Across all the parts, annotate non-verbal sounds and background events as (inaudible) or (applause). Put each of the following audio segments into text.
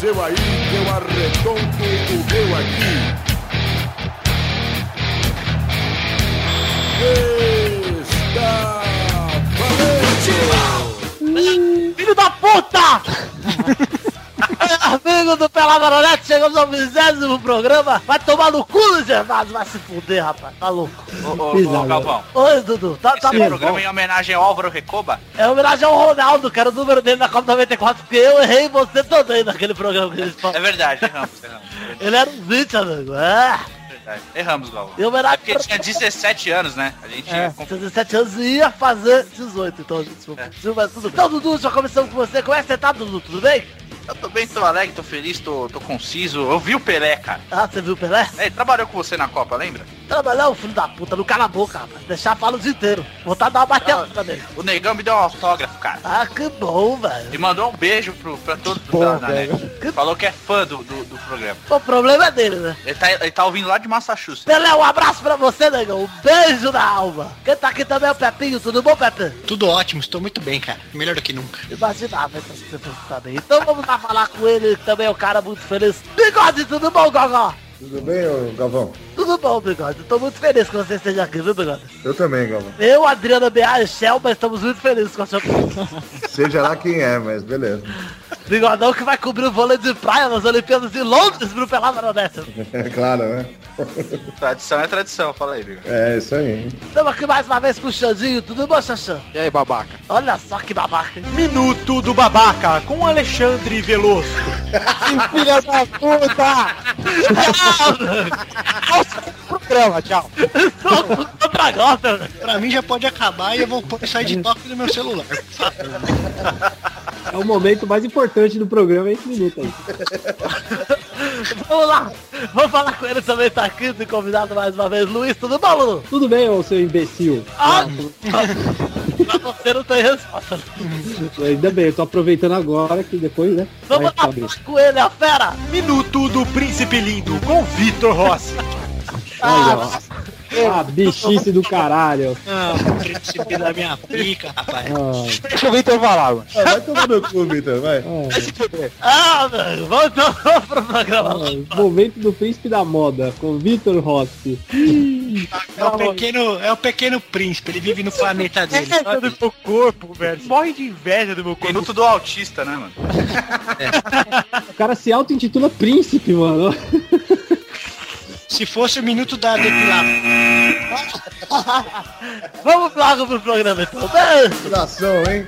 seu aí, que eu arredonto o meu aqui. Está valente! Filho da puta! (laughs) Amigo do Pelagoronete, chegamos ao vigésimo programa. Vai tomar no cu, Luiz Gervásio, vai se fuder, rapaz. Tá louco. Ô, ô, ô, Galvão. Oi, Dudu. Tá, tá Esse bom. programa é em homenagem ao Álvaro Recoba? É homenagem ao Ronaldo, que era o número dele na Copa 94, porque eu errei você também naquele programa que eles É falam. verdade, erramos, erramos. É Ele era um 20, amigo. É. verdade. Erramos, Galvão. E É homenagem porque tinha 17 anos, né? A gente... É, confundiu. 17 anos e ia fazer 18, então, desculpa. É. desculpa, mas tudo bem. Então, Dudu, já começamos com você. Como é que você tá, Dudu? Tudo bem? Eu tô bem, tô alegre, tô feliz, tô, tô conciso. Eu vi o Pelé, cara. Ah, você viu o Pelé? É, Ele trabalhou com você na Copa, lembra? Trabalhar o filho da puta, não cala a boca, rapaz. Deixar falar o dia inteiro. Voltar a dar uma batela também. O Negão me deu um autógrafo, cara. Ah, que bom, velho. E mandou um beijo pro, pra todo mundo Porra, da, da velho. net. Falou que é fã do, do, do programa. O problema é dele, né? Ele tá, ele tá ouvindo lá de Massachusetts. Pelé, um abraço pra você, negão. Um beijo na alma. Quem tá aqui também é o Pepinho. Tudo bom, Pepinho? Tudo ótimo, estou muito bem, cara. Melhor do que nunca. Imaginava essas pessoas também. Então vamos lá falar com ele, que também é um cara muito feliz. Bigode, tudo bom, Gogó? Tudo bem, ô, Galvão? Tudo bom, Bigode. Tô muito feliz que você esteja aqui, viu, Bigode? Eu também, Galvão. Eu, Adriana Bea e Shelba estamos muito felizes com a sua presença. Seja lá quem é, mas beleza. Bigodão que vai cobrir o vôlei de praia nas Olimpíadas de Londres pro Pelado Aronésio. É claro, né? Tradição é tradição, fala aí, Igor. É isso aí. Estamos aqui mais uma vez com o Xandinho. Tudo bom, Xaxã? E aí, babaca? Olha só que babaca. Minuto do Babaca com (laughs) Alexandre Veloso. Filha da (laughs) puta! programa, tchau. Outra gota, velho. Pra mim já pode acabar e eu vou pôr sair de toque no meu celular. É o momento mais importante do programa, é esse minuto aí. Vamos lá. Vamos falar com ele também, tá aqui, de convidado mais uma vez. Luiz, tudo bom, Lulu? Tudo bem, ô seu imbecil? Ah, (laughs) pra você não tem resposta. Ainda bem, eu tô aproveitando agora que depois, né? Vamos vai lá saber. falar com ele, a fera. Minuto do Príncipe Lindo com Vitor Rossi. Aí, ó. Ah, bichice do caralho. Não, (laughs) príncipe da minha pica, rapaz. Ah, Ah, vai tomar no cu, Vitor, vai. ah, Ah, velho, voltamos pro programa. ah, momento do príncipe da moda, com Vitor Rossi. É o pequeno, é o pequeno príncipe, ele vive no planeta dele. do meu corpo, velho. Morre de inveja do meu corpo. Minuto do autista, né, mano? O cara se auto-intitula príncipe, mano. Se fosse o minuto da depilação, Vamos logo pro programa, então. Beijo. Coração, hein?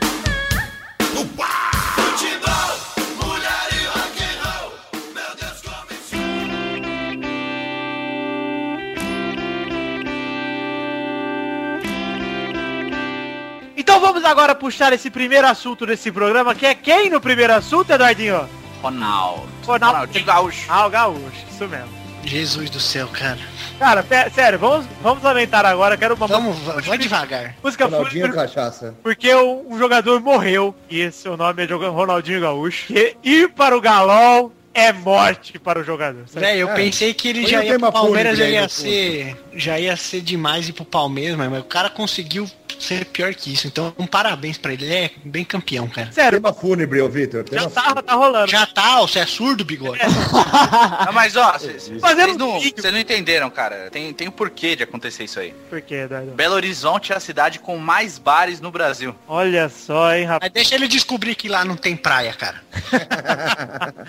Então vamos agora puxar esse primeiro assunto desse programa, que é quem no primeiro assunto, Eduardinho? Ronaldo. Ronaldo. Ronaldinho Gaúcho. Ah, o Gaúcho, isso mesmo. Jesus do céu, cara. Cara, pé- sério, vamos, vamos lamentar agora, quero uma Vamos, va- vai devagar. música Ronaldinho fúnebre, Cachaça. porque um, um jogador morreu, e seu nome é joga- Ronaldinho Gaúcho, que ir para o galol é morte para o jogador. sabe? Velho, eu É. pensei que ele Põe já o ia pro tema Palmeiras, já fúnebre aí ia no ser, já ia ser demais ir pro Palmeiras, mas mas o cara conseguiu ser pior que isso. Então, um parabéns pra ele, ele é bem campeão, cara. Sério, Tema fúnebre, ô Vitor. já Tema tá, tá rolando. Já tá, ó, você é surdo, (laughs) bigode. Não, Ah, mas ó, vocês Fazendo vocês não, um vídeo. vocês não entenderam, cara. Tem, tem um porquê de acontecer isso aí. Por quê, Eduardo? Belo Horizonte é a cidade com mais bares no Brasil. Olha só, hein, rapaz. Mas deixa ele descobrir que lá não tem praia, cara.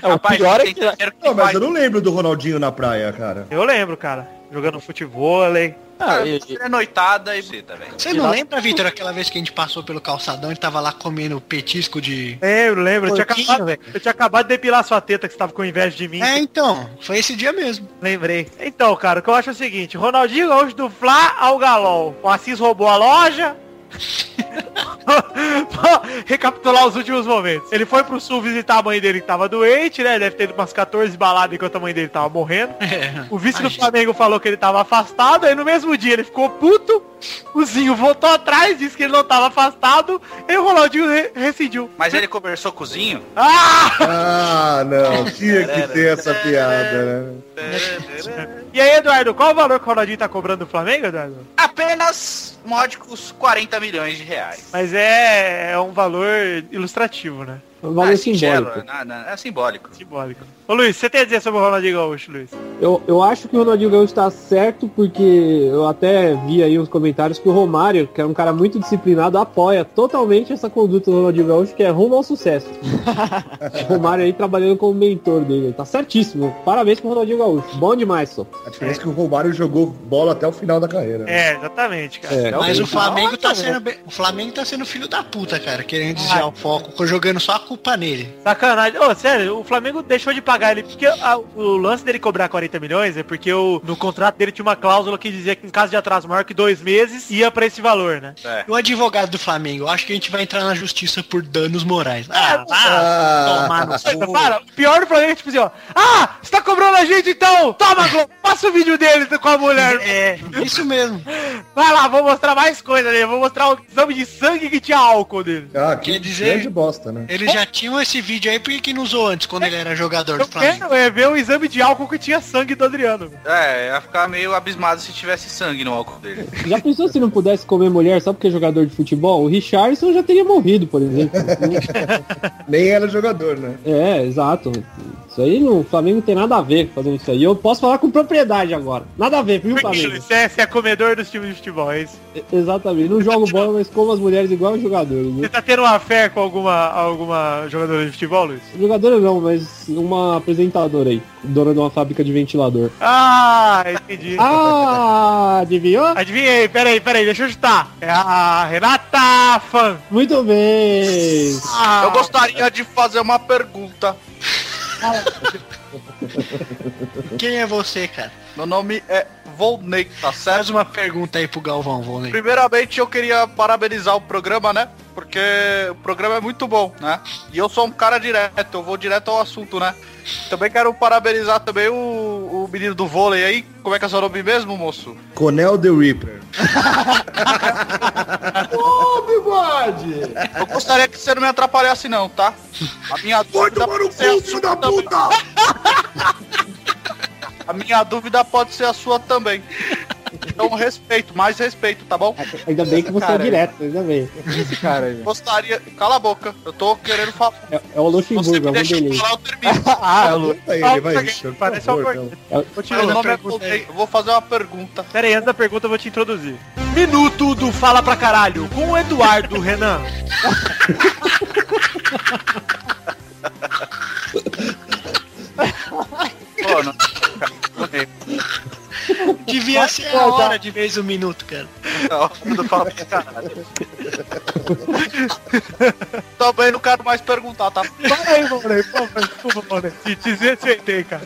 Rapaz, pior é tem que- terceiro que Não, mas faz. eu não lembro do Ronaldinho na praia, cara. Eu lembro, cara. Jogando futebol, hein? Ah, e- e- É noitada e você também. Você não lembra, Vitor, aquela vez que a gente passou pelo calçadão e tava lá comendo petisco de. Lembro, lembro. Eu tinha, Porquinho, acabado, eu tinha acabado de depilar sua teta que você tava com inveja de mim. É, então, foi esse dia mesmo. Lembrei. Então, cara, o que eu acho é o seguinte. Ronaldinho Gaúcho do Fla ao Galol. O Assis roubou a loja. (laughs) Pra Recapitular os últimos momentos. Ele foi pro sul visitar a mãe dele que tava doente, né? Deve ter ido umas 14 baladas enquanto a mãe dele tava morrendo. O vice do Flamengo falou que ele tava afastado, aí no mesmo dia ele ficou puto, o Zinho voltou atrás, disse que ele não tava afastado, e o Ronaldinho re rescindiu. Mas ele conversou com o (laughs) Zinho? Ah! Ah, não. Tinha que ter essa piada, né? E aí, Eduardo, qual o valor que o Ronaldinho tá cobrando do Flamengo, Eduardo? Apenas módicos 40 milhões de reais. Mas é, é um valor ilustrativo, né? valor é singelo, simbólico. é nada, é simbólico. Simbólico. Ô Luiz, você tem a dizer sobre o Ronaldinho Gaúcho, Luiz? Eu, eu acho que o Ronaldinho Gaúcho está certo, porque eu até vi aí uns comentários que o Romário, que é um cara muito disciplinado, apoia totalmente essa conduta do Ronaldinho Gaúcho, que é rumo ao sucesso. o Romário aí trabalhando como mentor dele. Tá certíssimo. Parabéns pro Ronaldinho Gaúcho. Bom demais, só. A diferença é que o Romário jogou bola até o final da carreira. né? É, exatamente, cara. É. Mas Realmente. o Flamengo tá sendo. bem- O Flamengo tá sendo filho da puta, cara, querendo desviar o foco, jogando só a culpa nele. Sacanagem. Ô, sério, o Flamengo deixou de pagar ele. Porque a- o lance dele cobrar 40 milhões é porque o, no contrato dele tinha uma cláusula que dizia que em caso de atraso maior que dois meses, ia pra esse valor, né? E o advogado do Flamengo, eu acho que a gente vai entrar na justiça por danos morais. (laughs) Ah, Ah. tomar no Nossa, cu. para, o pior do Flamengo é tipo assim, ó. Ah, você tá cobrando a gente então? Toma, Globo, passa o vídeo dele com a mulher. É, isso mesmo. Vai lá, vou mostrar mais coisa dele. Vou mostrar o exame de sangue que tinha álcool dele. Ah, que Quer dizer- grande bosta, né? Eles já tinham esse vídeo aí, por que que não usou antes, quando ele era jogador do Eu Flamengo? quero é ver o exame de álcool que tinha sangue do Adriano. É, ia ficar meio abismado se tivesse sangue no álcool dele. Já pensou se não pudesse comer mulher só porque é jogador de futebol? O Richardson já teria morrido, por exemplo. Nem era jogador, né? é, exato. Isso aí no Flamengo tem nada a ver fazendo isso aí. Eu posso falar com propriedade agora. Nada a ver, viu, Porque Flamengo? Você é, você é comedor dos times de futebol, é isso. E- Exatamente. Não jogo bola, mas como as mulheres igual os jogadores. Você Né? tá tendo uma fé com alguma, alguma jogadora de futebol, Luiz? Jogadora não, mas uma apresentadora aí. Dona de uma fábrica (laughs) de ventilador. Ah, entendi. Ah, adivinhou? Adivinhei, peraí, peraí, deixa eu chutar. É a Renata Fan. Muito bem. Ah, Eu gostaria de fazer uma pergunta. Quem é você, cara? Meu nome é Volney, tá certo? Faz uma pergunta aí pro Galvão, vamos aí. Primeiramente, eu queria parabenizar o programa, né? Porque o programa é muito bom, né? E eu sou um cara direto, eu vou direto ao assunto, né? Também quero parabenizar também o, o menino do vôlei aí. Como é que é seu nome mesmo, moço? Conel The Reaper. Eu gostaria que você não me atrapalhasse não, tá? A minha dúvida pode ser a sua também. A minha dúvida pode ser a sua também. Então respeito, mais respeito, tá Ah, bom? Ainda bem que você é Cara, direto, ainda bem. Gostaria. Cala a boca, eu tô querendo falar. É, é o Se você Luxemburgo, me é um deixa delírio. falar, eu termino. ah, Lu- Pergunta aí, ele vai, Richard, por Parece uma favor, porquê. então. Continua. Meu nome é pergunta aí. Volney, eu vou fazer uma pergunta. Pera aí, antes da pergunta eu vou te introduzir. Minuto do Fala Pra Caralho com o Eduardo Renan. Pô, não. Volney, Devia ser a hora de vez um minuto, cara. não, não fala pra caralho. Também não quero mais perguntar, tá? Para aí, Valnei, por favor, desculpa, Valnei. Te, te desrespeitei, cara.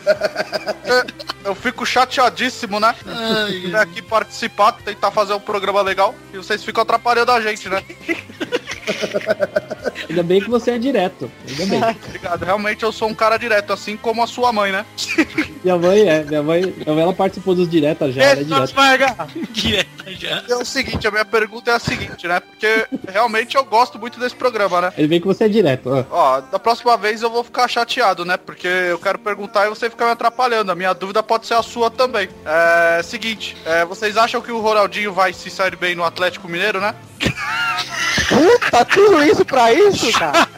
Eu fico chateadíssimo, né? Vim aqui participar, tentar fazer um programa legal e vocês ficam atrapalhando a gente, né? Ainda bem que você é direto. (laughs) Ainda bem. Obrigado. Realmente eu sou um cara direto, assim como a sua mãe, né? Minha mãe é, minha mãe, minha mãe ela participou dos diretas já, ela é Beijo, direta. Marga. (laughs) Direto já. É o seguinte, a minha pergunta é a seguinte, né? Porque realmente eu gosto muito desse programa, né? Ele vem que você é direto. ó. Ó, da próxima vez eu vou ficar chateado, né? Porque eu quero perguntar e você fica me atrapalhando. A minha dúvida pode ser a sua também. É, seguinte, é, vocês acham que o Ronaldinho vai se sair bem no Atlético Mineiro, né? Puta, É tudo isso pra isso, cara?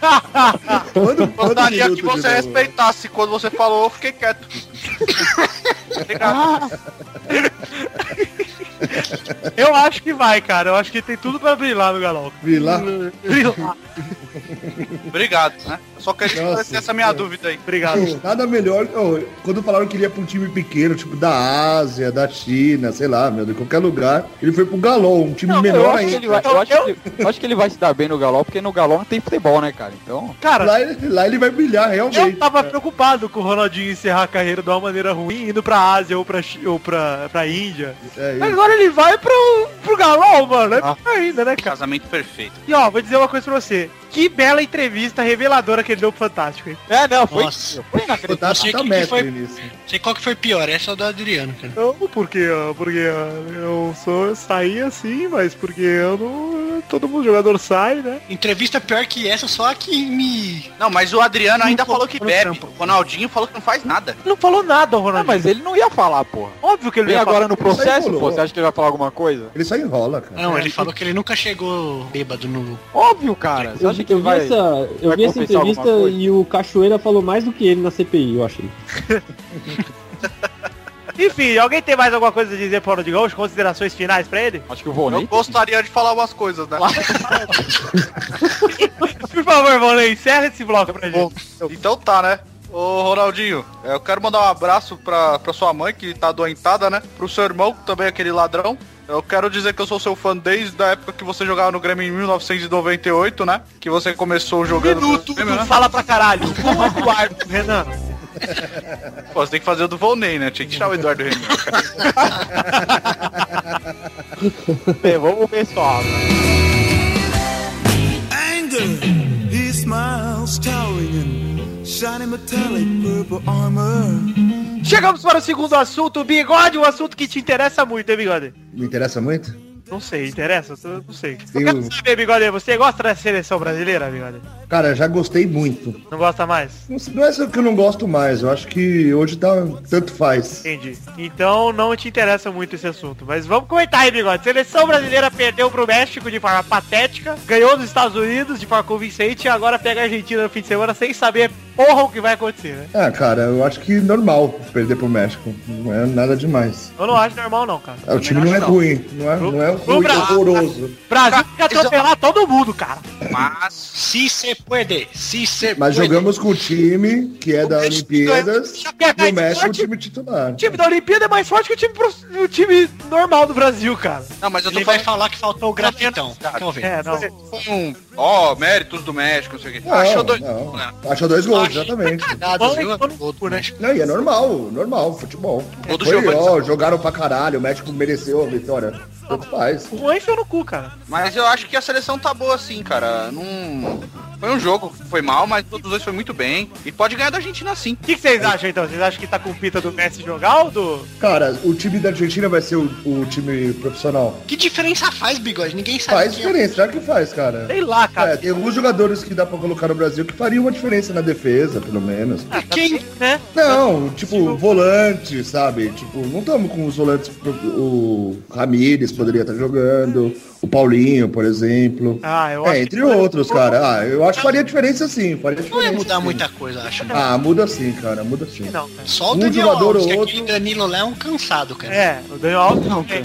Manda- manda um Gostaria minuto que de você novo. respeitasse. Quando você falou, eu fiquei quieto. Obrigado. Eu acho que vai, cara. Eu acho que tem tudo pra brilhar no Galol. Vi lá. Brilhar. Obrigado, né? Eu só queria Nossa, esclarecer essa minha dúvida aí. Obrigado. Pô, Nada melhor. Ô, quando falaram que ele ia pra um time pequeno, tipo da Ásia, da China, sei lá, meu, de qualquer lugar, ele foi pro Galol, um time Eu menor acho, que ainda. ele vai, eu, acho que ele, eu acho que ele vai se dar bem no Galol, porque no Galol não tem futebol, né, cara? Então. Cara, Lá, ele- lá ele vai brilhar, eu realmente. tava preocupado com o Ronaldinho encerrar a carreira de uma maneira ruim, indo pra Ásia ou pra, Chi- ou pra, pra Índia. É Mas isso. agora ele vai pro, pro Galol, mano. É pior ainda, né, cara? Casamento perfeito. E ó, vou dizer uma coisa pra você. Que bela entrevista reveladora que ele deu pro Fantástico, hein? É, não, foi. Nossa. Foi inacreditável. Fantástico achei tá que mestre foi- nisso. Sei qual que foi pior, essa ou da Adriano, cara. Não, porque, ó, porque ó, eu sou eu saí assim, mas porque eu não. Todo mundo jogador sai, né? Entrevista pior que essa, só a que me. Não, mas o Adriano ainda Não, falou que no bebe. campo. O Ronaldinho falou que não faz nada. Não falou nada, Ah, Ronaldinho. mas ele não ia falar, porra. Óbvio que ele Vem não ia agora no Isso aí processo, rolou. pô. Você acha que ele vai falar alguma coisa? é. Ele só enrola, cara. Não, ele falou que ele nunca chegou bêbado no. Óbvio, cara. Você Eu acha que, que Eu vi vai. essa, eu vai vi compensar essa alguma entrevista coisa? e o Cachoeira falou mais do que ele na CPI, eu achei. Enfim, alguém tem mais alguma coisa a dizer pro Ronald Gaúcho? Considerações finais pra ele? Acho que o Eu Volney. gostaria de falar umas coisas, né? Por favor, Volney, encerra esse bloco pra gente. Bom, então tá, né? Ô Ronaldinho, é, eu quero mandar um abraço pra, pra sua mãe, que tá adoentada, né? Pro seu irmão, que também é aquele ladrão. Eu quero dizer que eu sou seu fã desde a época que você jogava no Grêmio em 1998, né? Que você começou jogando. Minuto, pelo Grêmio, tu né? fala pra (laughs) caralho. O Eduardo, Renan. Pô, você tem que fazer o do Volney, né? Tinha que tirar o Eduardo Renan. Bem, vamos ver só. anger. He smiles, towering in shiny metallic purple armor. Chegamos para o segundo assunto, o bigode, um assunto que te interessa muito, hein, bigode? Me interessa muito? Não sei, interessa? Eu não sei. Eu Sim. quero saber, bigode, você gosta da seleção brasileira, bigode? Cara, já gostei muito. Não gosta mais? Não não é só que eu não gosto mais, eu acho que hoje tá tanto faz. Entendi. Então não te interessa muito esse assunto. Mas vamos comentar aí, bigode. Seleção brasileira perdeu pro México de forma patética, ganhou dos Estados Unidos de forma convincente e agora pega a Argentina no fim de semana sem saber porra o que vai acontecer, né? Ah, cara, eu acho que normal perder pro México. Não é nada demais. Eu não acho normal não, cara. Ah, O time não é ruim, não é, não é Pro ruim, Brasil. horroroso. Brasil tem que atropelar todo mundo, cara. (laughs) Mas. Se se puede, se se Mas puede. jogamos com o time que é da Olimpíadas e o México é o tipo, time titular. O time da Olimpíada é mais forte que o time, pro- o time normal do Brasil, cara. Não, mas eu tô Ele vai falando. Tá falar que faltou o grafitão. Quer ver? É, não. Foi um. Ó, méritos do México, não sei o quê. Não, Achou dois. não. Né? Achou dois gols, exatamente. Tá Cagadas, viu? então Foi- Gol do México. Não, e é normal, normal, futebol. Gol do Foi, Giovanni ó, jogaram pra caralho, o México mereceu a vitória. Tanto faz. O Juan enfiou no cu, cara. Mas eu acho que a seleção tá boa assim, cara. Não. Foi um jogo que foi mal, mas todos os dois foi muito bem. E pode ganhar da Argentina sim. O que que vocês acham, então? Vocês acham que tá com pinta do Messi jogar ou do... Cara, o time da Argentina vai ser o, o time profissional. Que diferença faz, bigode? Ninguém sabe Faz quem é. diferença, claro que faz, cara. Sei lá, É, cara. tem alguns jogadores que dá pra colocar no Brasil que faria uma diferença na defesa, pelo menos. Quem? Né? Não, tipo, volante, sabe? Tipo, não estamos com os volantes. pro- O Ramírez poderia estar jogando, o Paulinho, por exemplo. Ah, eu acho É, entre outros, cara. Ah, eu acho que faria diferença sim. Faria Não é diferença, ia mudar sim. muita coisa, eu acho. né? Ah, muda sim, cara, muda sim. que não, cara. Só o Um Daniel jogador Alves, ou que outro. aquele Danilo lá é um cansado, cara. É, o Daniel Alves não, cara.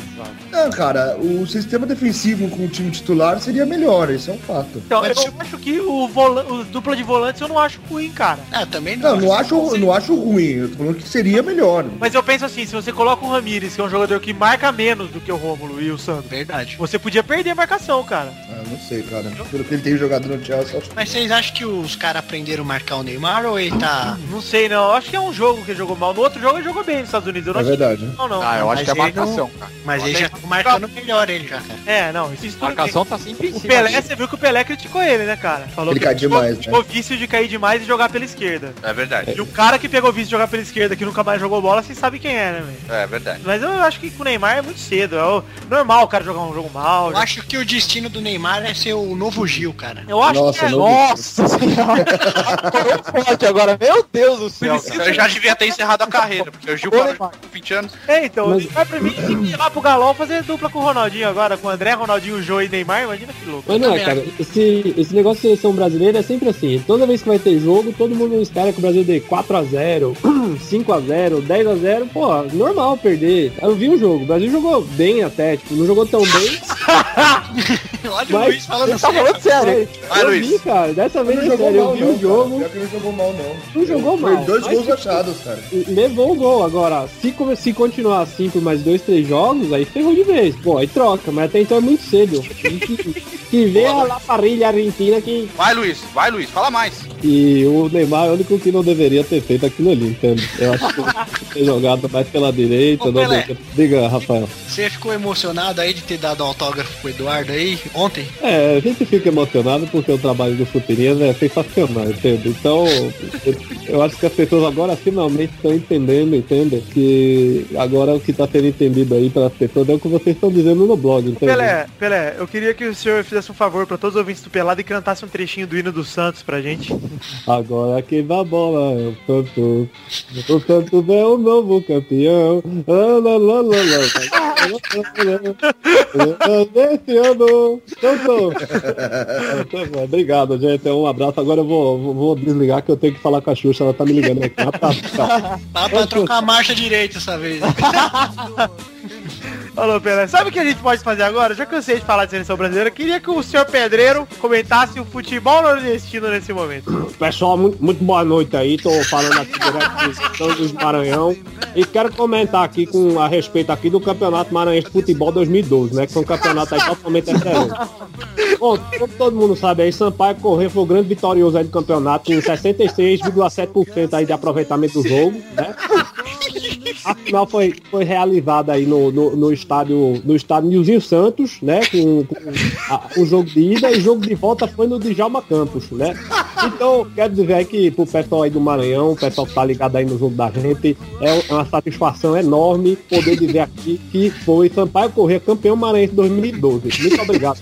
Não, cara, o sistema defensivo com o time titular seria melhor, isso é um fato. Então, eu acho que o, vola... o dupla de volantes eu não acho ruim, cara. Ah, também não. Não, não acho, não acho ruim, eu tô falando que seria melhor. Mas eu penso assim, se você coloca o Ramires, que é um jogador que marca menos do que o Rômulo e o Sandro, é Verdade. você podia perder a marcação, cara. Ah, não sei, cara. Pelo que ele tem jogado no Chelsea, acho é Mas vocês acham que os caras aprenderam a marcar o Neymar ou ele tá. Hum, Não sei, não. Eu acho que é um jogo que ele jogou mal. No outro jogo ele jogou bem nos Estados Unidos. Eu não É acho que- verdade. Não, não. Ah, eu acho Mas que é ele não- marcação, cara. Mas ele já tá marcando melhor ele já, cara. É, não. Isso tudo bem. é Marcação tá sempre em O cima Pelé, dele. você viu que o Pelé criticou ele, né, cara? Falou Ele cai que demais, né? pegou vício de cair demais e jogar pela esquerda. É verdade. E o cara que pegou vício de jogar pela esquerda, que nunca mais jogou bola, vocês sabem quem é, né, velho? É verdade. Mas eu acho que com o Neymar é muito cedo. É o- normal o cara jogar um jogo mal. Eu acho que o destino do Neymar é ser o novo Gil, cara. Eu acho Nossa, que é. não- Nossa senhora! (laughs) Parou forte agora, meu Deus do céu! cara. Eu já devia ter encerrado a carreira, porque o Gil parou com 20 anos. É, então, Mas- ele vai pra mim tem que ir lá pro Galol fazer dupla com o Ronaldinho agora, com o André, Ronaldinho, Jô e Neymar. Imagina que louco. Mas não é, também cara, esse, esse negócio de seleção brasileira é sempre assim. Toda vez que vai ter jogo, todo mundo espera que o Brasil dê (clears throat) 4x0, 5x0, 10x0. Pô, normal perder. Eu vi um jogo, o Brasil jogou bem até, tipo, não jogou tão bem. Olha o Mas- Luiz falando (laughs) Tá falando sério, hein? Vai, eu vi, Luiz. cara, dessa vez é sério, eu vi o jogo, Cara. Pior que ele não jogou mal, não. Não jogou Foi mal, dois mas- gols achados, cara. levou o gol. Agora, se, come- se continuar assim por mais dois, três jogos, aí ferrou de vez. Pô, aí troca, mas até então é muito cedo. Tem que, que ver a La Parrilha Argentina que Vai, Luiz. Vai, Luiz. Fala mais. E o Neymar é o único que não deveria ter feito aquilo ali, entende? Eu acho que ele tem que ter jogado mais pela direita. Ô, não Pelé. deixa- Diga, Rafael. Você ficou emocionado aí de ter dado autógrafo pro Eduardo aí ontem? É, a gente fica emocionado porque o trabalho do Futirinhas é sensacional, entende? Então, eu acho que as pessoas agora finalmente estão entendendo, entende? Que agora o que está sendo entendido aí pelas pessoas é o que vocês estão dizendo no blog, entende? Pelé, Pelé, eu queria que o senhor fizesse um favor pra todos os ouvintes do Pelado e cantasse um trechinho do hino do Santos pra gente. Agora quem dá bola é o Santos. O Santos é o novo campeão. Ah, lá, lá, lá, lá. Nesse ano. Então, tô. Obrigado, gente. Um abraço. Agora eu vou, vou, vou desligar que eu tenho que falar com a Xuxa. Ela tá me ligando aqui. Ah, tá, tá. Dá pra trocar a marcha direita essa vez. Alô, Pelé. Sabe o que a gente pode fazer agora? Já cansei de falar de seleção brasileira. Queria que o senhor Pedreiro comentasse o futebol nordestino nesse momento. Pessoal, muito, muito boa noite aí. Tô falando aqui direto de São Luís do Maranhão. E quero comentar aqui com, a respeito aqui do Campeonato Maranhense de Futebol 2012, né? Que foi um campeonato aí totalmente excelente. Bom, como todo mundo sabe aí, Sampaio Corrêa foi o grande vitorioso aí do campeonato, com 66,7% aí de aproveitamento do jogo, né? (laughs) A final foi, foi realizada aí no, no, no estádio no estádio Nilzinho Santos, né? Com, com a- o jogo de ida e o jogo de volta foi no Djalma Campos, né? Então, quero dizer aí que pro pessoal aí do Maranhão, o pessoal que tá ligado aí no jogo da gente, é uma satisfação enorme poder dizer aqui que foi Sampaio Corrêa campeão maranhense 2012. Muito obrigado.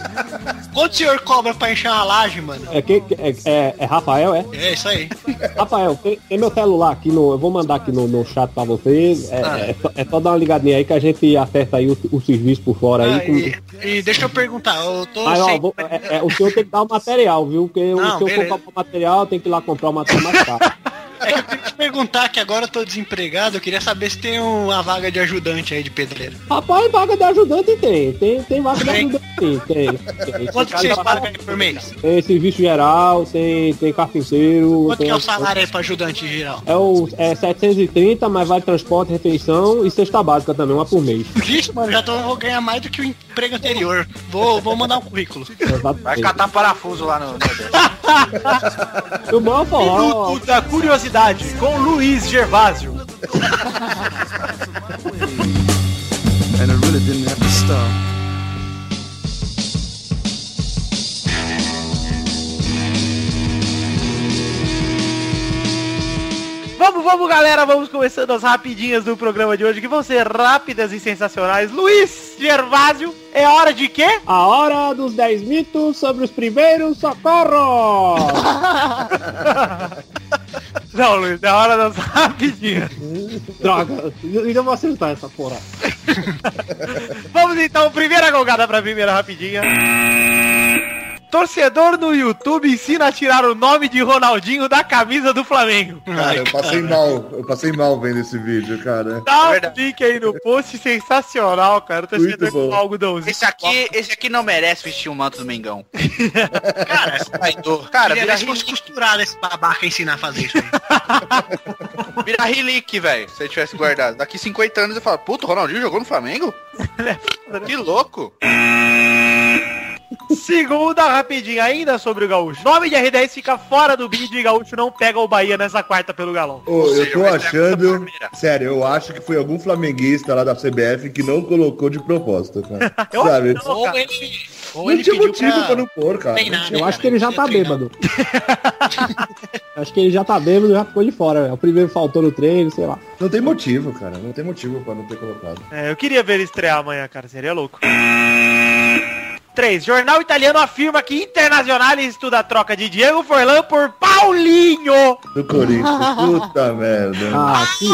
Quanto o senhor cobra pra encher uma laje, mano? É, quem- é, é, é Rafael, é? É isso aí. Rafael, tem, tem meu celular aqui, no, eu vou mandar aqui no, no chat pra você. É, Ah, é só, é só dar uma ligadinha aí que a gente acerta aí o, o serviço por fora aí. Ah, com- e, e deixa eu perguntar, eu tô Mas, ó, sem- vou- é- é, o senhor tem que dar o material, viu? Porque o- Não, se eu for beleza. comprar o material, tem que ir lá comprar o material mais (laughs) caro. É que eu tenho que te perguntar que agora eu tô desempregado, eu queria saber se tem uma vaga de ajudante aí de pedreiro. Rapaz, vaga de ajudante tem. Tem, tem vaga de ajudante sim, tem. tem. Quanto que vocês pagam aí por mês? Tem serviço geral, tem, tem carpinteiro. Quanto tem- que é o salário aí pra ajudante geral? É o é 730, mas vai transporte, refeição e cesta básica também, uma por mês. Vixe, mano, já tô, vou ganhar mais do que o emprego anterior. Vou, vou mandar um currículo. Vai Exatamente. catar parafuso lá no. O bom forró. Minuto da curiosidade com Luiz Gervásio. And it really didn't have to stop. Vamos, vamos, galera. Vamos começando as rapidinhas do programa de hoje, que vão ser rápidas e sensacionais. Luiz Gervásio, é hora de quê? A hora dos 10 mitos sobre os primeiros socorros. Não, Luiz, é hora das (laughs) rapidinhas. Droga, ainda vou acertar essa porra. Vamos então, primeira golgada pra primeira rapidinha. Torcedor no YouTube ensina a tirar o nome de Ronaldinho da camisa do Flamengo. Cara, eu passei mal. Eu passei mal vendo esse vídeo, cara. Dá um Verdade. clique aí no post, sensacional, cara. O Torcedor Muito bom. com algodãozinho. Esse aqui, esse aqui não merece vestir o manto do (laughs) Mengão. cara, traidor. Cara, Queria vira, ver se fosse relique, costurado esse babaca ensinar a fazer (laughs) isso aí. vira relique, velho. Se ele tivesse guardado. Daqui 50 anos eu falo, puto, o Ronaldinho jogou no Flamengo? é né? que louco. Segunda rapidinha ainda sobre o Gaúcho. Nome de R10 fica fora do bid e Gaúcho não pega o Bahia nessa quarta pelo galão. Ô, eu seja, tô vai ser a achando. primeira. Sério, eu acho que foi algum flamenguista lá da CBF que não colocou de proposta, cara. Eu Sabe? acho que não, Ou cara. ele, ou Não ele tinha pediu motivo pra... pra não pôr, cara. Tem nada, Eu acho cara, que ele já não tá tem nada. bêbado. (laughs) acho que ele já tá bêbado e já ficou de fora. velho. O primeiro faltou no treino, sei lá. Não tem motivo, cara. Não tem motivo pra não ter colocado. É, eu queria ver ele estrear amanhã, cara. Seria louco. 3. Jornal italiano afirma que Internacional estuda a troca de Diego Forlan por Paulinho. Do Corinthians. Puta merda. Ah, que...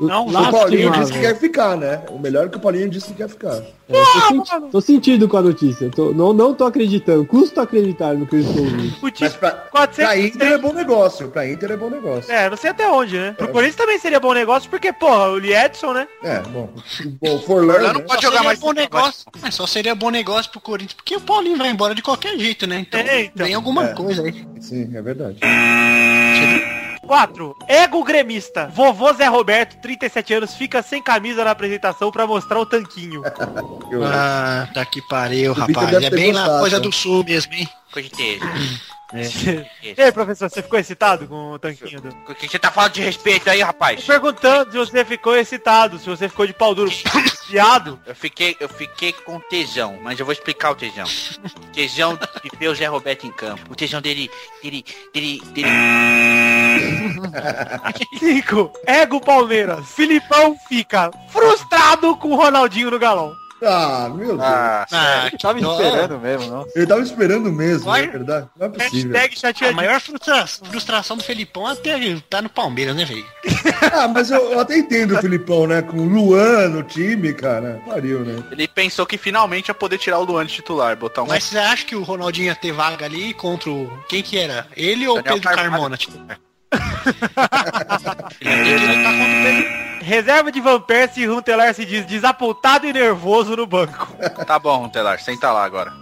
Não, Lá- o Paulinho lastimável. disse que quer ficar, né? O melhor é que o Paulinho disse que quer ficar. É, tô, senti- tô sentido com a notícia. Eu Tô, não, não tô acreditando. Custa acreditar no que eu estou ouvindo. O time Mas tá pra, pra 400. Inter é bom negócio. Pra Inter é bom negócio. É, não sei até onde, né? Pro Corinthians também seria bom negócio, porque, porra, o Liedson, né? É, bom. Bom, o Forlan, Ela né? não pode Só jogar seria mais. bom negócio, é, só seria bom negócio pro Corinthians, porque o Paulinho vai embora de qualquer jeito, né? Então, É, então. tem alguma É. coisa aí. Sim, é verdade. 4. Ego gremista. Vovô Zé Roberto, 37 anos, fica sem camisa na apresentação pra mostrar o tanquinho. Eu- Ah, tá que pariu, Bica rapaz. deve É ter bem lá gostado. coisa né? do sul mesmo, hein? Coitejo. E aí, professor, você ficou excitado com o tanquinho? Do... O que você tá falando de respeito aí, rapaz? Perguntando se você ficou excitado, se você ficou de pau duro. (coughs) Viado. Eu fiquei, eu fiquei com tesão, mas eu vou explicar o tesão. O tesão de ver o Zé Roberto em campo. O tesão dele. dele. dele. dele. 5. Ego Palmeiras. Filipão fica frustrado com o Ronaldinho no galão. Ah, meu Deus. Ah, Ah, Ele tava que dó. esperando mesmo, não. Eu tava esperando mesmo, Olha. é verdade. Não é possível. Hashtag A chateadinho. maior frustra- frustração do Felipão até tá no Palmeiras, né, velho? Ah, mas eu, eu até entendo o Filipão, né? Com o Luan no time, cara. Pariu, né? Ele pensou que finalmente ia poder tirar o Luan de titular, botar um. Mas você acha que o Ronaldinho ia ter vaga ali contra o... Quem que era? Ele ou o Daniel Pedro Carvalho. Carmona? Tipo? Ele ia ter que tá lutar contra o Pedro. Reserva de Van Persie e Runtelar se diz desapontado e nervoso no banco. Tá bom, Telar, senta lá agora.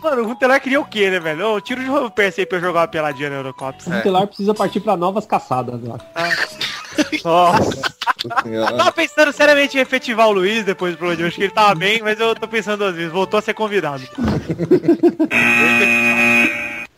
Mano, o Runtelar queria o quê, né, velho? Ô, tira o Van Persie aí pra eu jogar uma peladinha na Eurocopa. O Tutelar precisa partir pra novas caçadas, eu acho. Nossa. Eu Senhora. é tava pensando seriamente em efetivar o Luiz depois do programa de hoje, que ele tava bem, mas eu tô pensando duas vezes. Voltou a ser convidado.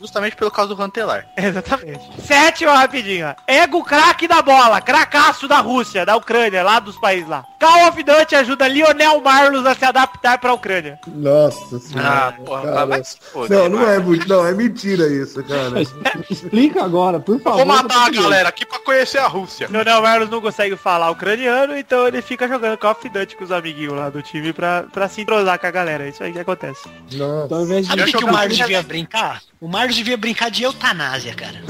Justamente pelo caso do Rantelar. (laughs) Exatamente. Sétima rapidinha. Ego craque da bola, cracaço da Rússia, da Ucrânia, lá dos países lá. Call of Duty ajuda Lionel Marlos a se adaptar pra Ucrânia. Nossa Ah, senhora. cara. Não, não é muito, não, é mentira isso, cara. Mas Explica agora, por favor. Vou matar a galera aqui pra conhecer a Rússia. Lionel Marlos não consegue falar ucraniano, então ele fica jogando Call of Duty com os amiguinhos lá do time pra, pra se entrosar com a galera. É Isso aí que acontece. Então, Nossa. ao invés de Sabe o que, que o é? jogar- Marlos devia brincar? O Marlos devia brincar de eutanásia, cara.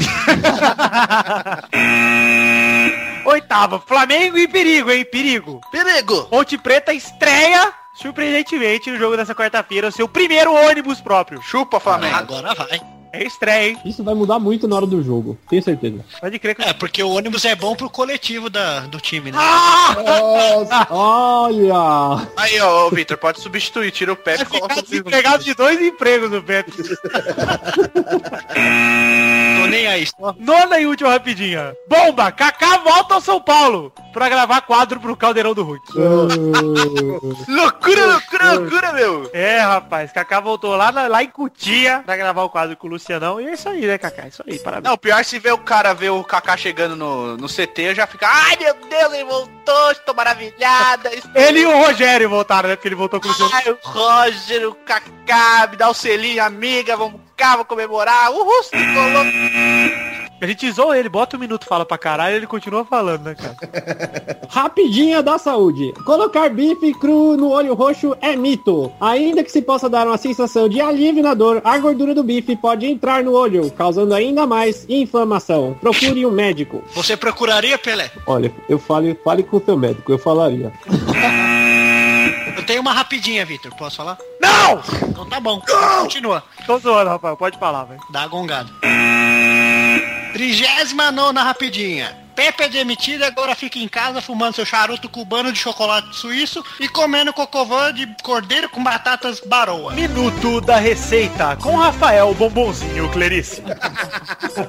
Oitava, Flamengo em perigo, hein? Perigo. Perigo! Ponte Preta estreia, surpreendentemente, no jogo dessa quarta-feira, o seu primeiro ônibus próprio. Chupa, Flamengo. Agora vai. É estreia, hein? Isso vai mudar muito na hora do jogo, tenho certeza. Pode crer que É, porque o ônibus é bom pro coletivo da, do time, né? Nossa. Olha! Aí, ó, ô, Victor, pode substituir. Tira o Pepe e vai coloca ficar o Zico. desempregado de dois empregos no Pepe. Tô nem aí. Só. Nona e última rapidinha. Bomba! Kaká volta ao São Paulo pra gravar quadro pro Caldeirão do Hulk. Loucura, loucura, loucura, meu! É, rapaz, Kaká voltou lá, na- lá em Cutia pra gravar o quadro com o Lucianão. E é isso aí, né, Kaká? É isso aí, parabéns. Não, pior se ver o cara ver o Kaká chegando no, no CT, já fica, ai meu Deus, ele voltou, estou maravilhada. Ele e o Rogério voltaram, né? Porque ele voltou com o Luciano. (laughs) Ai, o Roger, o Kaká, me dá o selinho, amiga, vamos cá, vamos comemorar. Uhul, se colou. A gente zoa ele, bota um minuto, fala pra caralho, ele continua falando, né, cara? Rapidinha da saúde. Colocar bife cru no olho roxo é mito. Ainda que se possa dar uma sensação de alívio na dor, a gordura do bife pode entrar no olho, causando ainda mais inflamação. Procure um médico. Você procuraria, Pelé? Olha, eu fale, fale com o seu médico, eu falaria. Eu tenho uma rapidinha, Vitor. Posso falar? Não! Então tá bom. Continua. Tô zoando, Rafael, pode falar, velho. Dá a gongada. Trigésima nona rapidinha. Pepe é demitido e agora fica em casa fumando seu charuto cubano de chocolate suíço e comendo cocovã de cordeiro com batatas baroa. Minuto da Receita com Rafael Bombonzinho Clarice.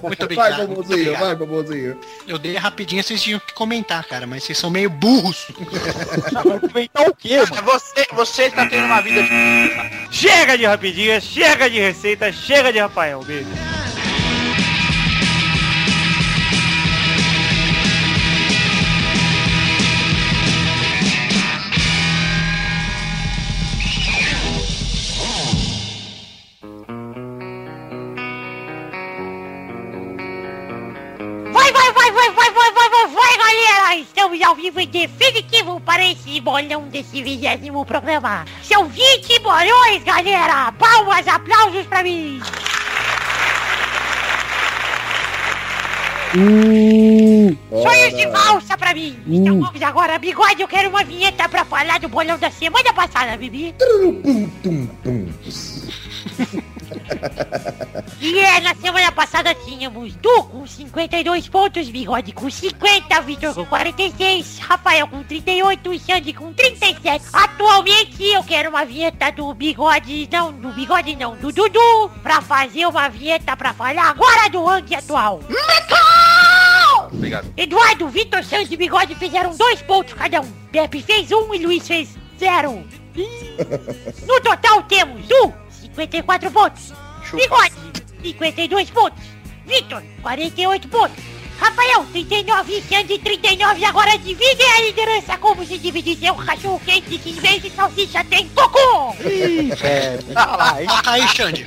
Muito obrigado. Vai, muito bobozinho, obrigado. vai, bobozinho. Eu dei rapidinho, vocês tinham que comentar, cara, mas vocês são meio burros. Então o quê, mano? É Você, você está tendo uma vida de... Chega de rapidinha, chega de receita, chega de Rafael, beijo. Vai, vai, vai, vai, vai, vai, vai, vai, vai, galera! Estamos ao vivo e definitivo para esse bolão desse vigésimo programa. São 20 bolões, galera! Palmas, aplausos pra mim! Sonhos de valsa pra mim! Então vamos agora, bigode, eu quero uma vinheta pra falar do bolão da semana passada, Bibi. Pum, tum, tum. E é, na semana passada tínhamos Du com 52 pontos, Bigode com 50, Vitor com 46, Rafael com 38 e Sandy com 37. Atualmente eu quero uma vinheta do Bigode, não, do Bigode não, do Dudu, pra fazer uma vinheta pra falar agora do ranking atual. Metal! Obrigado. Eduardo, Vitor, Sandy e Bigode fizeram dois pontos cada um. Pepe fez um e Luiz fez zero. No total temos um, Du, 54 pontos. Bigode, 52 pontos. Vitor, 48 pontos. Rafael, 39 e Sandy, 39. Agora dividem a liderança como se dividisse um cachorro quente que em vez de salsicha tem cocô. Ah, Aí, Xande.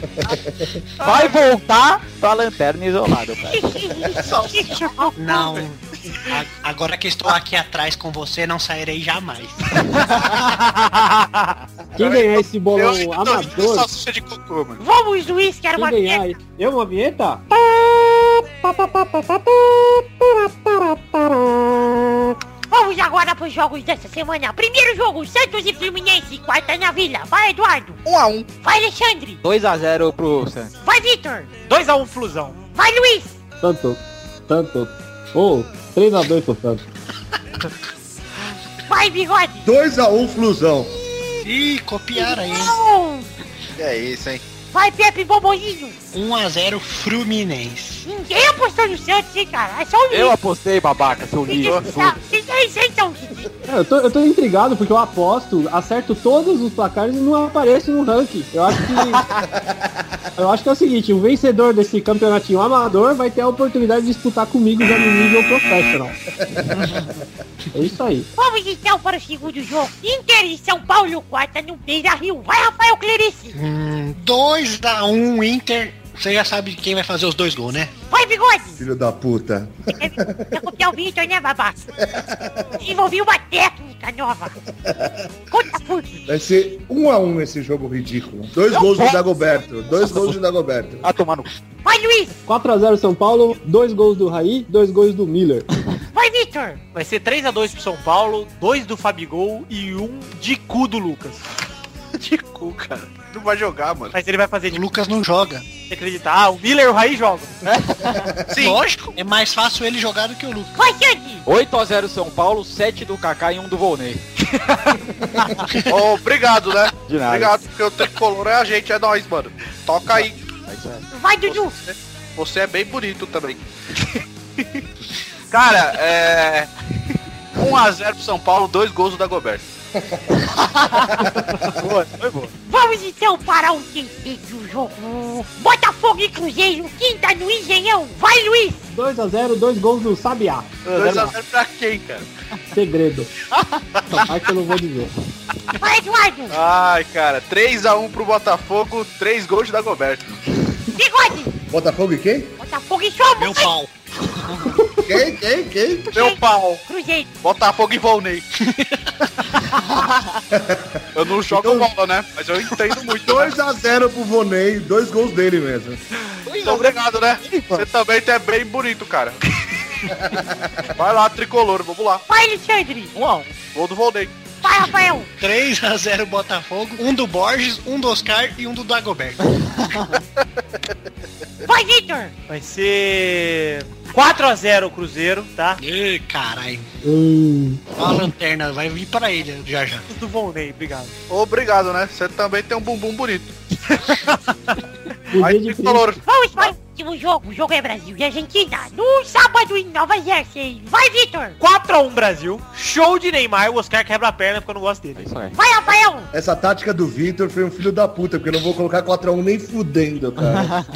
(laughs) Vai voltar pra lanterna isolada, cara. Não. A- Agora que estou aqui atrás com você, não sairei jamais. Quem ganhar esse Eu bolão ainda tô rindo de amador, salsicha de cocô, mano. Vamos, Luiz, quero quem uma ganhar... vinheta. Eu, uma vinheta? Vamos agora pros jogos dessa semana. Primeiro jogo, Santos e Fluminense, quarta na Vila. Vai, Eduardo. 1 a 1 Vai, Alexandre. 2x0 pro Santos. Vai, Vitor. 2x1 Flusão. Vai, Luiz. Tanto, tanto. Ô, 3x2 pro Santos. Vai, Bigode. 2x1 Flusão. Ih, copiaram aí. Não. É isso, hein? Vai, Pepe Bobozinho. 1x0 Fluminense. Ninguém apostou no Santos, hein, cara? É só o Luiz. Eu apostei, babaca, seu Tem que lixo. avisar. Vocês aí sentam. É, Eu tô, eu tô intrigado porque eu aposto, acerto todos os placares e não apareço no ranking. Eu acho que. eu acho que é o seguinte, o vencedor desse campeonatinho amador vai ter a oportunidade de disputar comigo já no nível professional. é isso aí. Vamos então para o segundo jogo. Inter e São Paulo, quarta no Beira Rio. Vai, Rafael Clerici. Hum, 2x1 Inter. Você já sabe quem vai fazer os dois gols, né? Vai, Bigode. Filho da puta. É, Quer copiar o Vitor, né, babaca? Desenvolvi uma técnica nova. Conta por Vai ser 1x1 esse jogo ridículo. Dois gols do Dagoberto. Dois gols do Dagoberto. Ah, tomar no cu. Vai, Luiz. 4x0 São Paulo, dois gols do Raí, dois gols do Miller. Vai, Vitor. Vai ser 3x2 pro São Paulo, 2 do Fabigol e 1 de cu do Lucas. (laughs) De cu, cara. Não vai jogar, mano. Mas ele vai fazer O de Lucas não joga. você acreditar. Ah, o Miller e o Raí jogam. Lógico. É mais fácil ele jogar do que o Lucas. Vai, Sandy. 8x0 São Paulo, 7 do Kaká e 1 do Volney. Ô, obrigado, (laughs) né? De nada. Obrigado, porque o tricolor é a gente, é nós, mano. Toca aí. É isso aí. Vai, Dudu. Você é bem bonito também. (laughs) Cara, é. 1x0 pro São Paulo, dois gols do Dagoberto. Vamos então para o terceiro jogo. Botafogo e Cruzeiro, quinta no Engenhão. Vai, Luiz. 2x0, dois gols do Sabiá. 2x0 pra quem, cara? Segredo. Mas que eu não vou dizer. Vai, Eduardo. Ai, cara, 3x1 pro Botafogo, três gols do Dagoberto. Bigode. Botafogo e tá quem? Botafogo e Somos. Meu pau. Quem, quem, quem? Meu pau, Cruzeiro. Botafogo e Volney. (laughs) eu não jogo bola, né? Mas eu entendo muito. né? 2x0 pro Vonei. Dois gols dele mesmo. Então, obrigado, né? Você também é bem bonito, cara. Vai lá, tricolor, vamos lá. Vai, Alexandre. Gol do Volney. Vai, Rafael. 3x0 Botafogo. Um do Borges, um do Oscar e um do Dagoberto. Vai, Vitor. Vai ser 4x0 o Cruzeiro, tá? Ih, caralho. Hum, Ó A lanterna vai vir pra ele já já. Do Volney, obrigado. Obrigado, né? Você também tem um bumbum bonito. podia Aí, de tricolor. Vamos para o último jogo. O jogo é Brasil e Argentina. No sábado em Nova Jersey. Vai, Vitor. 4x1 Brasil, show de Neymar, o Oscar quebra a perna porque eu não gosto É dele. isso aí. Vai, Rafael. Essa tática do Vitor foi um filho da puta, porque eu não vou colocar 4x1 nem fudendo, (laughs) cara.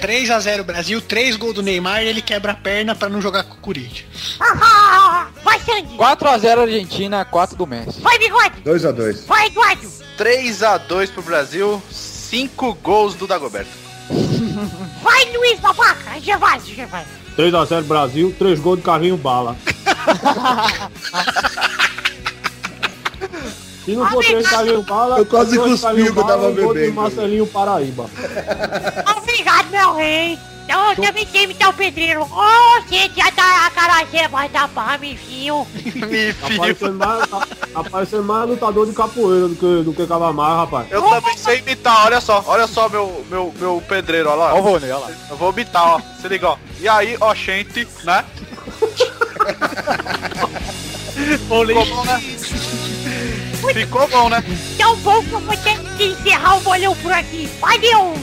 3x0 Brasil, 3 gols do Neymar e ele quebra a perna pra não jogar com o Corinthians. Ahá. Vai, Sandy. 4x0 Argentina, 4 do Messi. Vai, Bigode. 2x2. Vai, Eduardo. 3x2 pro Brasil, 5 gols do (laughs) Dagoberto. Vai, Luiz Babaca. Gervásio, (laughs) Gervásio. 3x0 Brasil, três gols do Carlinho Bala. Se não for três Carlinho Bala, Eu quase dois cuspi Carlinho o que eu tava Bala, um gol do bebendo. Marcelinho Paraíba. Obrigado, meu rei. Então, eu também sei imitar o pedreiro. Ô, gente, já tá a carajé, vai dar pra mim, filho. Me Tá filho. parecendo mais, tá, tá parecendo mais lutador de capoeira do que, do que Cavamar, rapaz. Eu também sei imitar, olha só, olha só meu, meu, meu pedreiro, olha lá. Ó o Volney, olha lá. Eu vou imitar, ó. Se liga, ó. E aí, ó, gente, né? Ficou bom, né? Ficou bom, né? Tão Então, bom que eu vou ter que encerrar o bolão por aqui. Valeu!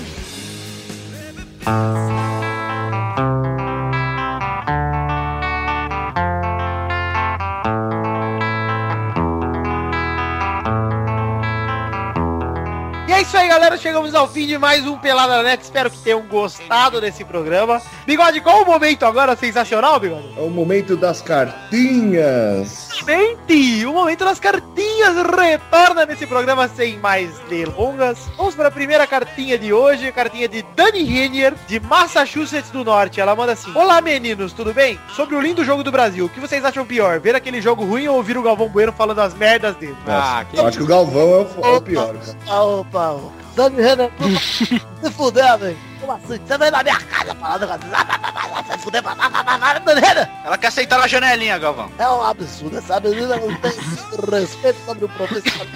E é isso aí, galera. Chegamos ao fim de mais um Pelada Net. Espero que tenham gostado desse programa. Bigode, qual o momento agora sensacional, Bigode? É o momento das cartinhas. Gente, o momento das cartinhas retorna nesse programa sem mais delongas. Vamos para a primeira cartinha de hoje, a cartinha de Dani Hennier, de Massachusetts do Norte. Ela manda assim: Olá meninos, tudo bem? Sobre o lindo jogo do Brasil, o que vocês acham pior? Ver aquele jogo ruim ou ouvir o Galvão Bueno falando as merdas dele? Ah, que Eu acho que o Galvão é o, f- é o pior, cara. Ah, opa, opa. Dani Renan, opa, se fuder, velho. Como assim? Você vem na minha casa falando com essas- se fuder, blá, blá, blá, blá, blá. Dani Renan, Ela quer aceitar na janelinha, Galvão. é um absurdo. Essa menina não tem respeito sobre o professor.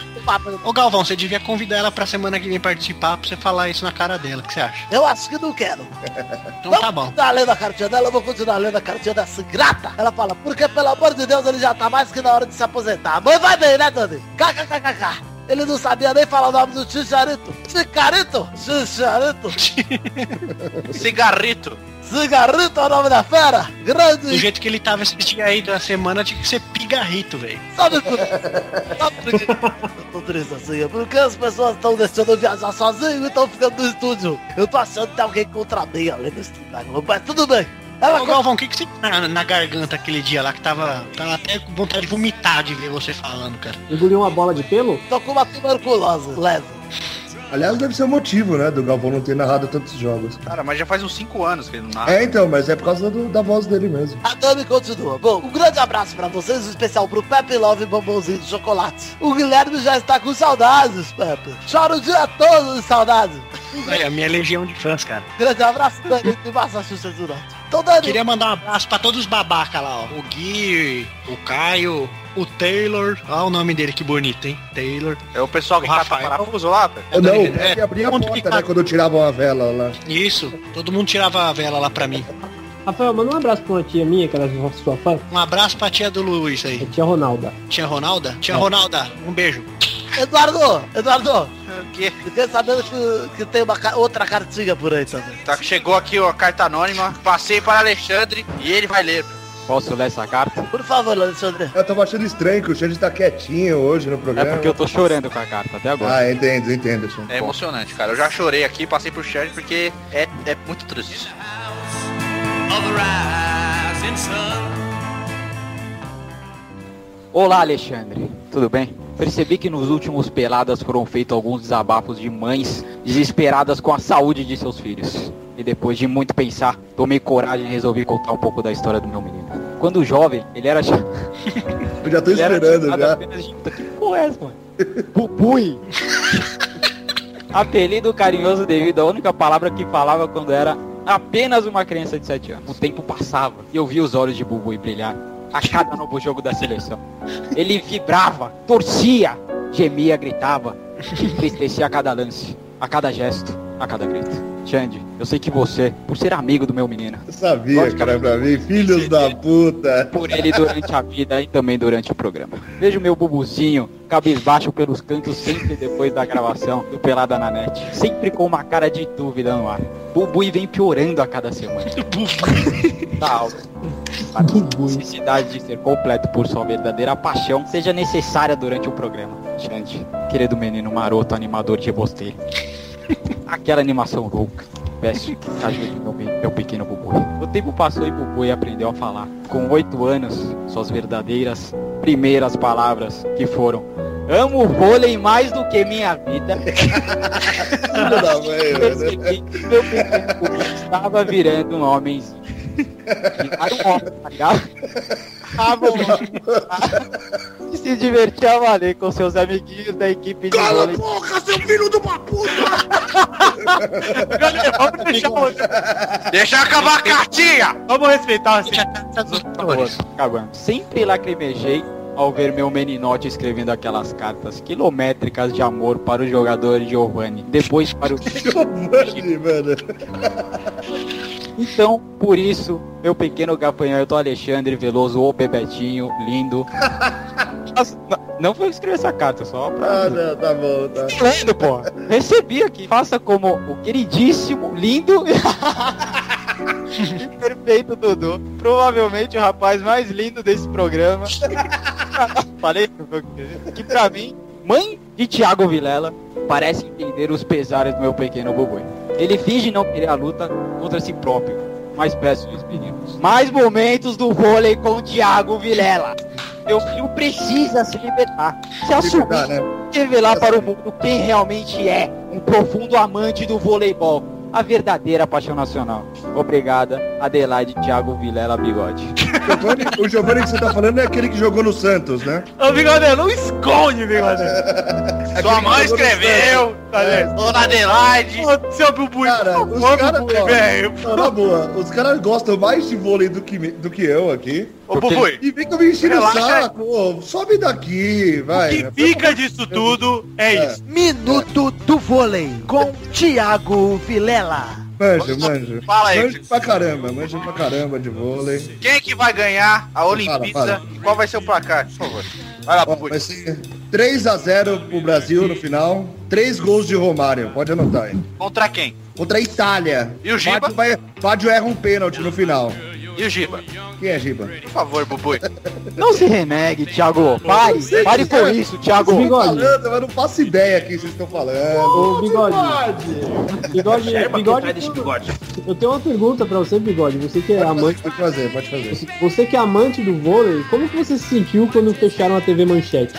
Ô Galvão, você devia convidar ela pra semana que vem participar pra você falar isso na cara dela. O que você acha? Eu acho que não quero. Então tá bom. Tá lendo a cartinha dela, eu vou continuar lendo a cartinha dessa grata. Ela fala, porque pelo amor de Deus, ele já tá mais que na hora de se aposentar. Mas vai bem, né, Dani? KKKKK. Ele não sabia nem falar o nome do Chicharito. Chicarito? Chicharito? Um Cigarrito. Cigarrito é o nome da fera? Do Grande. jeito que ele tava assistindo aí da semana, tinha que ser pigarrito, velho. Sabe por Sabe por quê? (laughs) Eu tô triste assim, é porque as pessoas estão deixando eu viajar sozinho e estão ficando no estúdio. Eu tô achando que tem alguém contra mim além do estúdio. Mas tudo bem. Ela Ô Galvão, o que, que você tinha na, na garganta aquele dia lá que tava, tava até com vontade de vomitar de ver você falando, cara? Engoliu uma bola de pelo? tô com uma tuberculose leve. Aliás, deve ser o motivo, né, do Galvão não ter narrado tantos jogos. Cara, mas já faz uns 5 anos que ele não Ah. narra. É, então, mas é por causa do- da voz dele mesmo. A Dami continua. Bom, um grande abraço pra vocês, um especial pro Pepe Love Bombonzinho de Chocolate. O Guilherme já está com saudades, Pepe. Chora o dia todo de saudades. Olha, minha legião de fãs, cara. Grande abraço, Dani, de Massachusetts do Norte. Então, Dani, Queria mandar um abraço pra todos os babacas lá, ó. O Gui, o Caio, o Taylor. Olha o nome dele, que bonito, hein? Taylor. É o pessoal que O tá com Rafael. parafuso lá, velho. Ou não, Dani, é, é, que abria a conta porta, que né, tá- quando tiravam a vela lá. Isso. Todo mundo tirava a vela lá pra mim. Rafael, manda um abraço pra uma tia minha, que era sua fã, Um abraço pra tia do Luiz a aí. tia Ronalda. Tia Ronalda? Tia Ronalda, um beijo. Eduardo, Eduardo, O quê? fiquei sabendo que, que tem uma ca- outra cartinha por aí também. Tá, chegou aqui ó, a carta anônima, passei para Alexandre e ele vai ler. Posso ler essa carta? Por favor, Alexandre. Eu tava achando estranho que o Xande tá quietinho hoje no É programa. porque eu tô chorando com a carta até agora. Ah, entendo, entendo, Xande. É emocionante, cara. Eu já chorei aqui, passei pro chat porque é, é muito triste. Olá, Alexandre. Tudo bem? Percebi que nos últimos peladas foram feitos alguns desabafos de mães desesperadas com a saúde de seus filhos. E depois de muito pensar, tomei coragem e resolvi contar um pouco da história do meu menino. Quando jovem, ele era cha- Eu já tô É. ele era esperando chamado já. apenas de- Que porra é essa, mano? Bubui. Apelido carinhoso devido à única palavra que falava quando era apenas uma criança de 7 anos. O tempo passava e eu via os olhos de Bubui brilhar a cada novo jogo da seleção. Ele vibrava, torcia, gemia, gritava, entristecia a cada lance, a cada gesto, a cada grito. Xande, eu sei que você, por ser amigo do meu menino, Eu sabia, cara, pra mim. (laughs) Filhos da puta. por ele durante a vida e também durante o programa. Vejo meu bubuzinho cabisbaixo pelos cantos sempre depois da gravação do Pelada na Net. Sempre com uma cara de dúvida no ar. Bubui vem piorando a cada semana. Tá alto. Para que a necessidade de ser completo por sua verdadeira paixão seja necessária durante o programa. Xande, querido menino maroto, animador de bosteiro. Aquela animação louca. Peço que ajude meu, pe- meu pequeno Bubui. O tempo passou e Bubui aprendeu a falar. Com oito anos, suas verdadeiras primeiras palavras que foram Amo o vôlei mais do que minha vida. Filho da mãe, velho. Percebi que meu pequeno Bubui estava virando um homenzinho. Virar um homem, tá ligado? Tava um homem, tá? E se divertia a valer com seus amiguinhos da equipe de vôlei. Galera, vamos deixar o- Deixa eu acabar a cartinha! Vamos respeitar assim. Acabando. Sempre lacrimejei ao ver meu meninote escrevendo aquelas cartas quilométricas de amor para o jogador Giovanni, depois para o Giovanni, mano. Então, por isso, meu pequeno gafanhoto é Alexandre Veloso, ô Bebetinho, (laughs) lindo. Nossa, n- Não foi eu que escrevi essa carta, só pra. Ah, não, tá bom, tá. Lendo, pô. Recebi aqui. Faça como o queridíssimo, lindo (laughs) e perfeito Dudu. Provavelmente o rapaz mais lindo desse programa. (laughs) Falei que foi o que escrevi. que pra mim, mãe de Thiago Vilela parece entender os pesares do meu pequeno Boboi. Ele finge não querer a luta contra si próprio. Mas peço, meus meninos. Mais momentos do vôlei com o Thiago Vilela. Seu filho precisa se libertar. Se assumir, Libertar, né? revelar para o mundo quem realmente é um profundo amante do voleibol. A verdadeira paixão nacional. Obrigada, Adelaide Thiago Vilela Bigode. Giovani- o Giovanni que você tá falando é aquele que jogou no Santos, né? Ô, Bigodê, não esconde, Bigodê. Aquele que jogou no escreveu, Tá vendo? Dona Adelaide. Ô, Seu Bubu, Cara, por os favor, caras- Bubu, ó. velho. Santos. Não, na boa, os caras gostam mais de vôlei do que, me- do que eu aqui. Ô, Bubui, E vem que eu me enchendo o Relaxa. saco, ô, sobe daqui, O vai. né? que fica disso tudo é É. isso. Minuto do vôlei com Thiago Vilela. Manja, manja. Fala aí, Manja pra caramba, manja pra caramba de vôlei. quem é que vai ganhar a Olimpíada fala. e qual vai ser o placar? Por favor. Vai lá, Ó, Bubui. vai ser 3x0 pro Brasil no final. Três gols de Romário, pode anotar aí. Contra quem? Contra a Itália. E o Giba? Fádio vai- Fádio erra um pênalti no final. E o Giba? Quem é Giba? Por favor, Bubui. Não se renegue, Thiago. Pare, sei, pare com cara. isso, Thiago. Vocês estão Bigode. falando, mas eu não faço ideia quem vocês estão falando. Ô, bigode. Bigode, bigode, Eu tenho uma pergunta pra você, bigode. Você que é amante, Pode fazer, pode fazer. você que é amante do vôlei, como que você se sentiu quando fecharam a TV Manchete?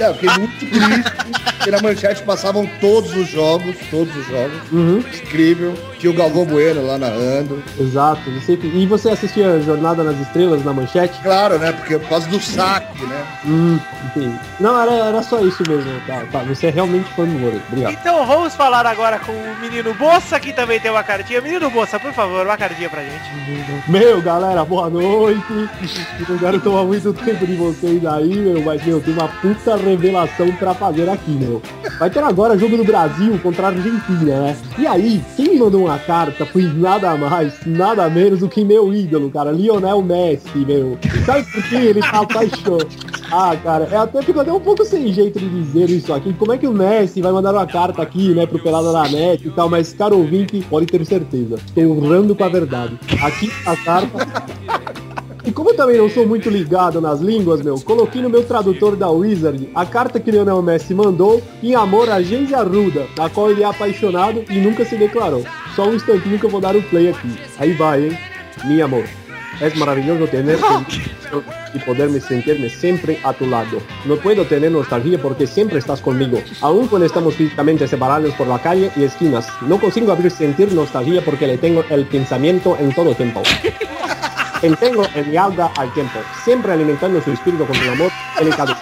É, eu fiquei muito triste, porque na manchete passavam todos os jogos, todos os jogos. Uhum. Incrível. Tinha o Galvão Bueno lá narrando. Exato. Você- e você assistia Jornada nas Estrelas na Manchete? Claro, né? Porque por causa do saque, né? Hum, entendi. Não, era, era só isso mesmo. Tá, tá, você é realmente fã do vôlei. Obrigado. Então vamos falar agora com o menino Bossa, que também tem uma cartinha. Menino Bossa, por favor, uma cartinha pra gente. (laughs) Meu, galera, boa noite. Não quero tomar muito tempo de vocês aí, meu, mas, meu, tem uma puta revelação pra fazer aqui, meu. Vai ter agora jogo do Brasil contra a Argentina, né? E aí, quem me mandou uma carta foi nada mais, nada menos do que meu ídolo, cara, Lionel Messi, meu. Sabe por que ele tá apaixonado? Ah, cara, eu até fico até um pouco sem jeito de dizer isso aqui. Como é que o Messi vai mandar uma carta aqui, né, pro Pelada na Net e tal, mas, cara ouvinte, pode ter certeza. Estou honrando com a verdade. Aqui a carta e como eu também não sou muito ligado nas línguas, meu, coloquei no meu tradutor da Wizard a carta que Lionel Messi mandou em amor a Geise Arruda, da qual ele é apaixonado e nunca se declarou. Só um instantinho que eu vou dar o play aqui. Aí vai, hein? Mi amor. Es maravilloso tenerte y poderme sentirme siempre a tu lado. No puedo tener nostalgia porque siempre estás conmigo. Aún cuando estamos físicamente separados por la calle y esquinas, no consigo abrir sentir nostalgia porque le tengo el pensamiento en todo tiempo. Entrego en mi alma al tiempo, siempre alimentando su espíritu con el amor delicado,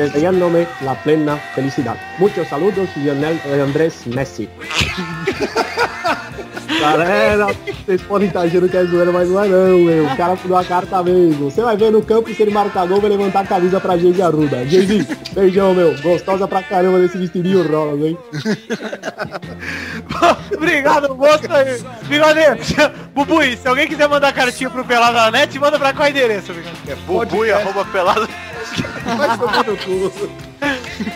enseñándome la plena felicidad. Muchos saludos, Lionel Andrés Messi. Galera, vocês podem estar achando que é zoeira, mas não é não, meu. O cara pulou a carta mesmo. Você vai ver no campo se ele marcar gol, vai levantar a camisa pra Geise Arruda. Geise, beijão, meu. Gostosa pra caramba desse vestidinho rosa, hein? Obrigado, Bossa. Bigodê, Bubu, se alguém quiser mandar cartinha pro Pelado na net, manda pra qual endereço, Bigodê? É Bubui, arroba pelado. Vai tomar no cu.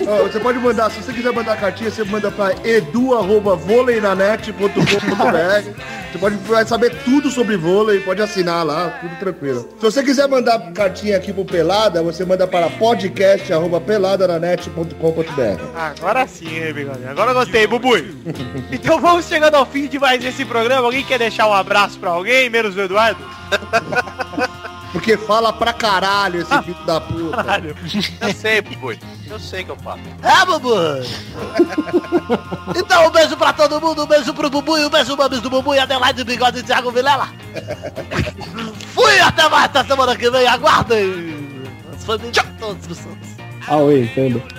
Ó, você pode mandar, se você quiser mandar cartinha, você manda pra edu.voleinanet.com.br Você pode vai saber tudo sobre vôlei, pode assinar lá, tudo tranquilo. Se você quiser mandar cartinha aqui pro Pelada, você manda para podcast.peladananet.com.br Agora sim, hein, Bigode? Agora eu gostei, (laughs) Bubui. Então vamos chegando ao fim de mais esse programa. Alguém quer deixar um abraço pra alguém, menos o Eduardo? Porque fala pra caralho esse filho da puta. Caralho. Eu sei, Bubui. Eu sei que eu falo. É, Bubu? então um beijo pra todo mundo, um beijo pro Bubu e um beijo mames do Bubu e Adelaide Bigode e Thiago Vilela. Fui, até mais, até semana que vem, aguardem. As famílias todos os santos. Ah, oi, entendo.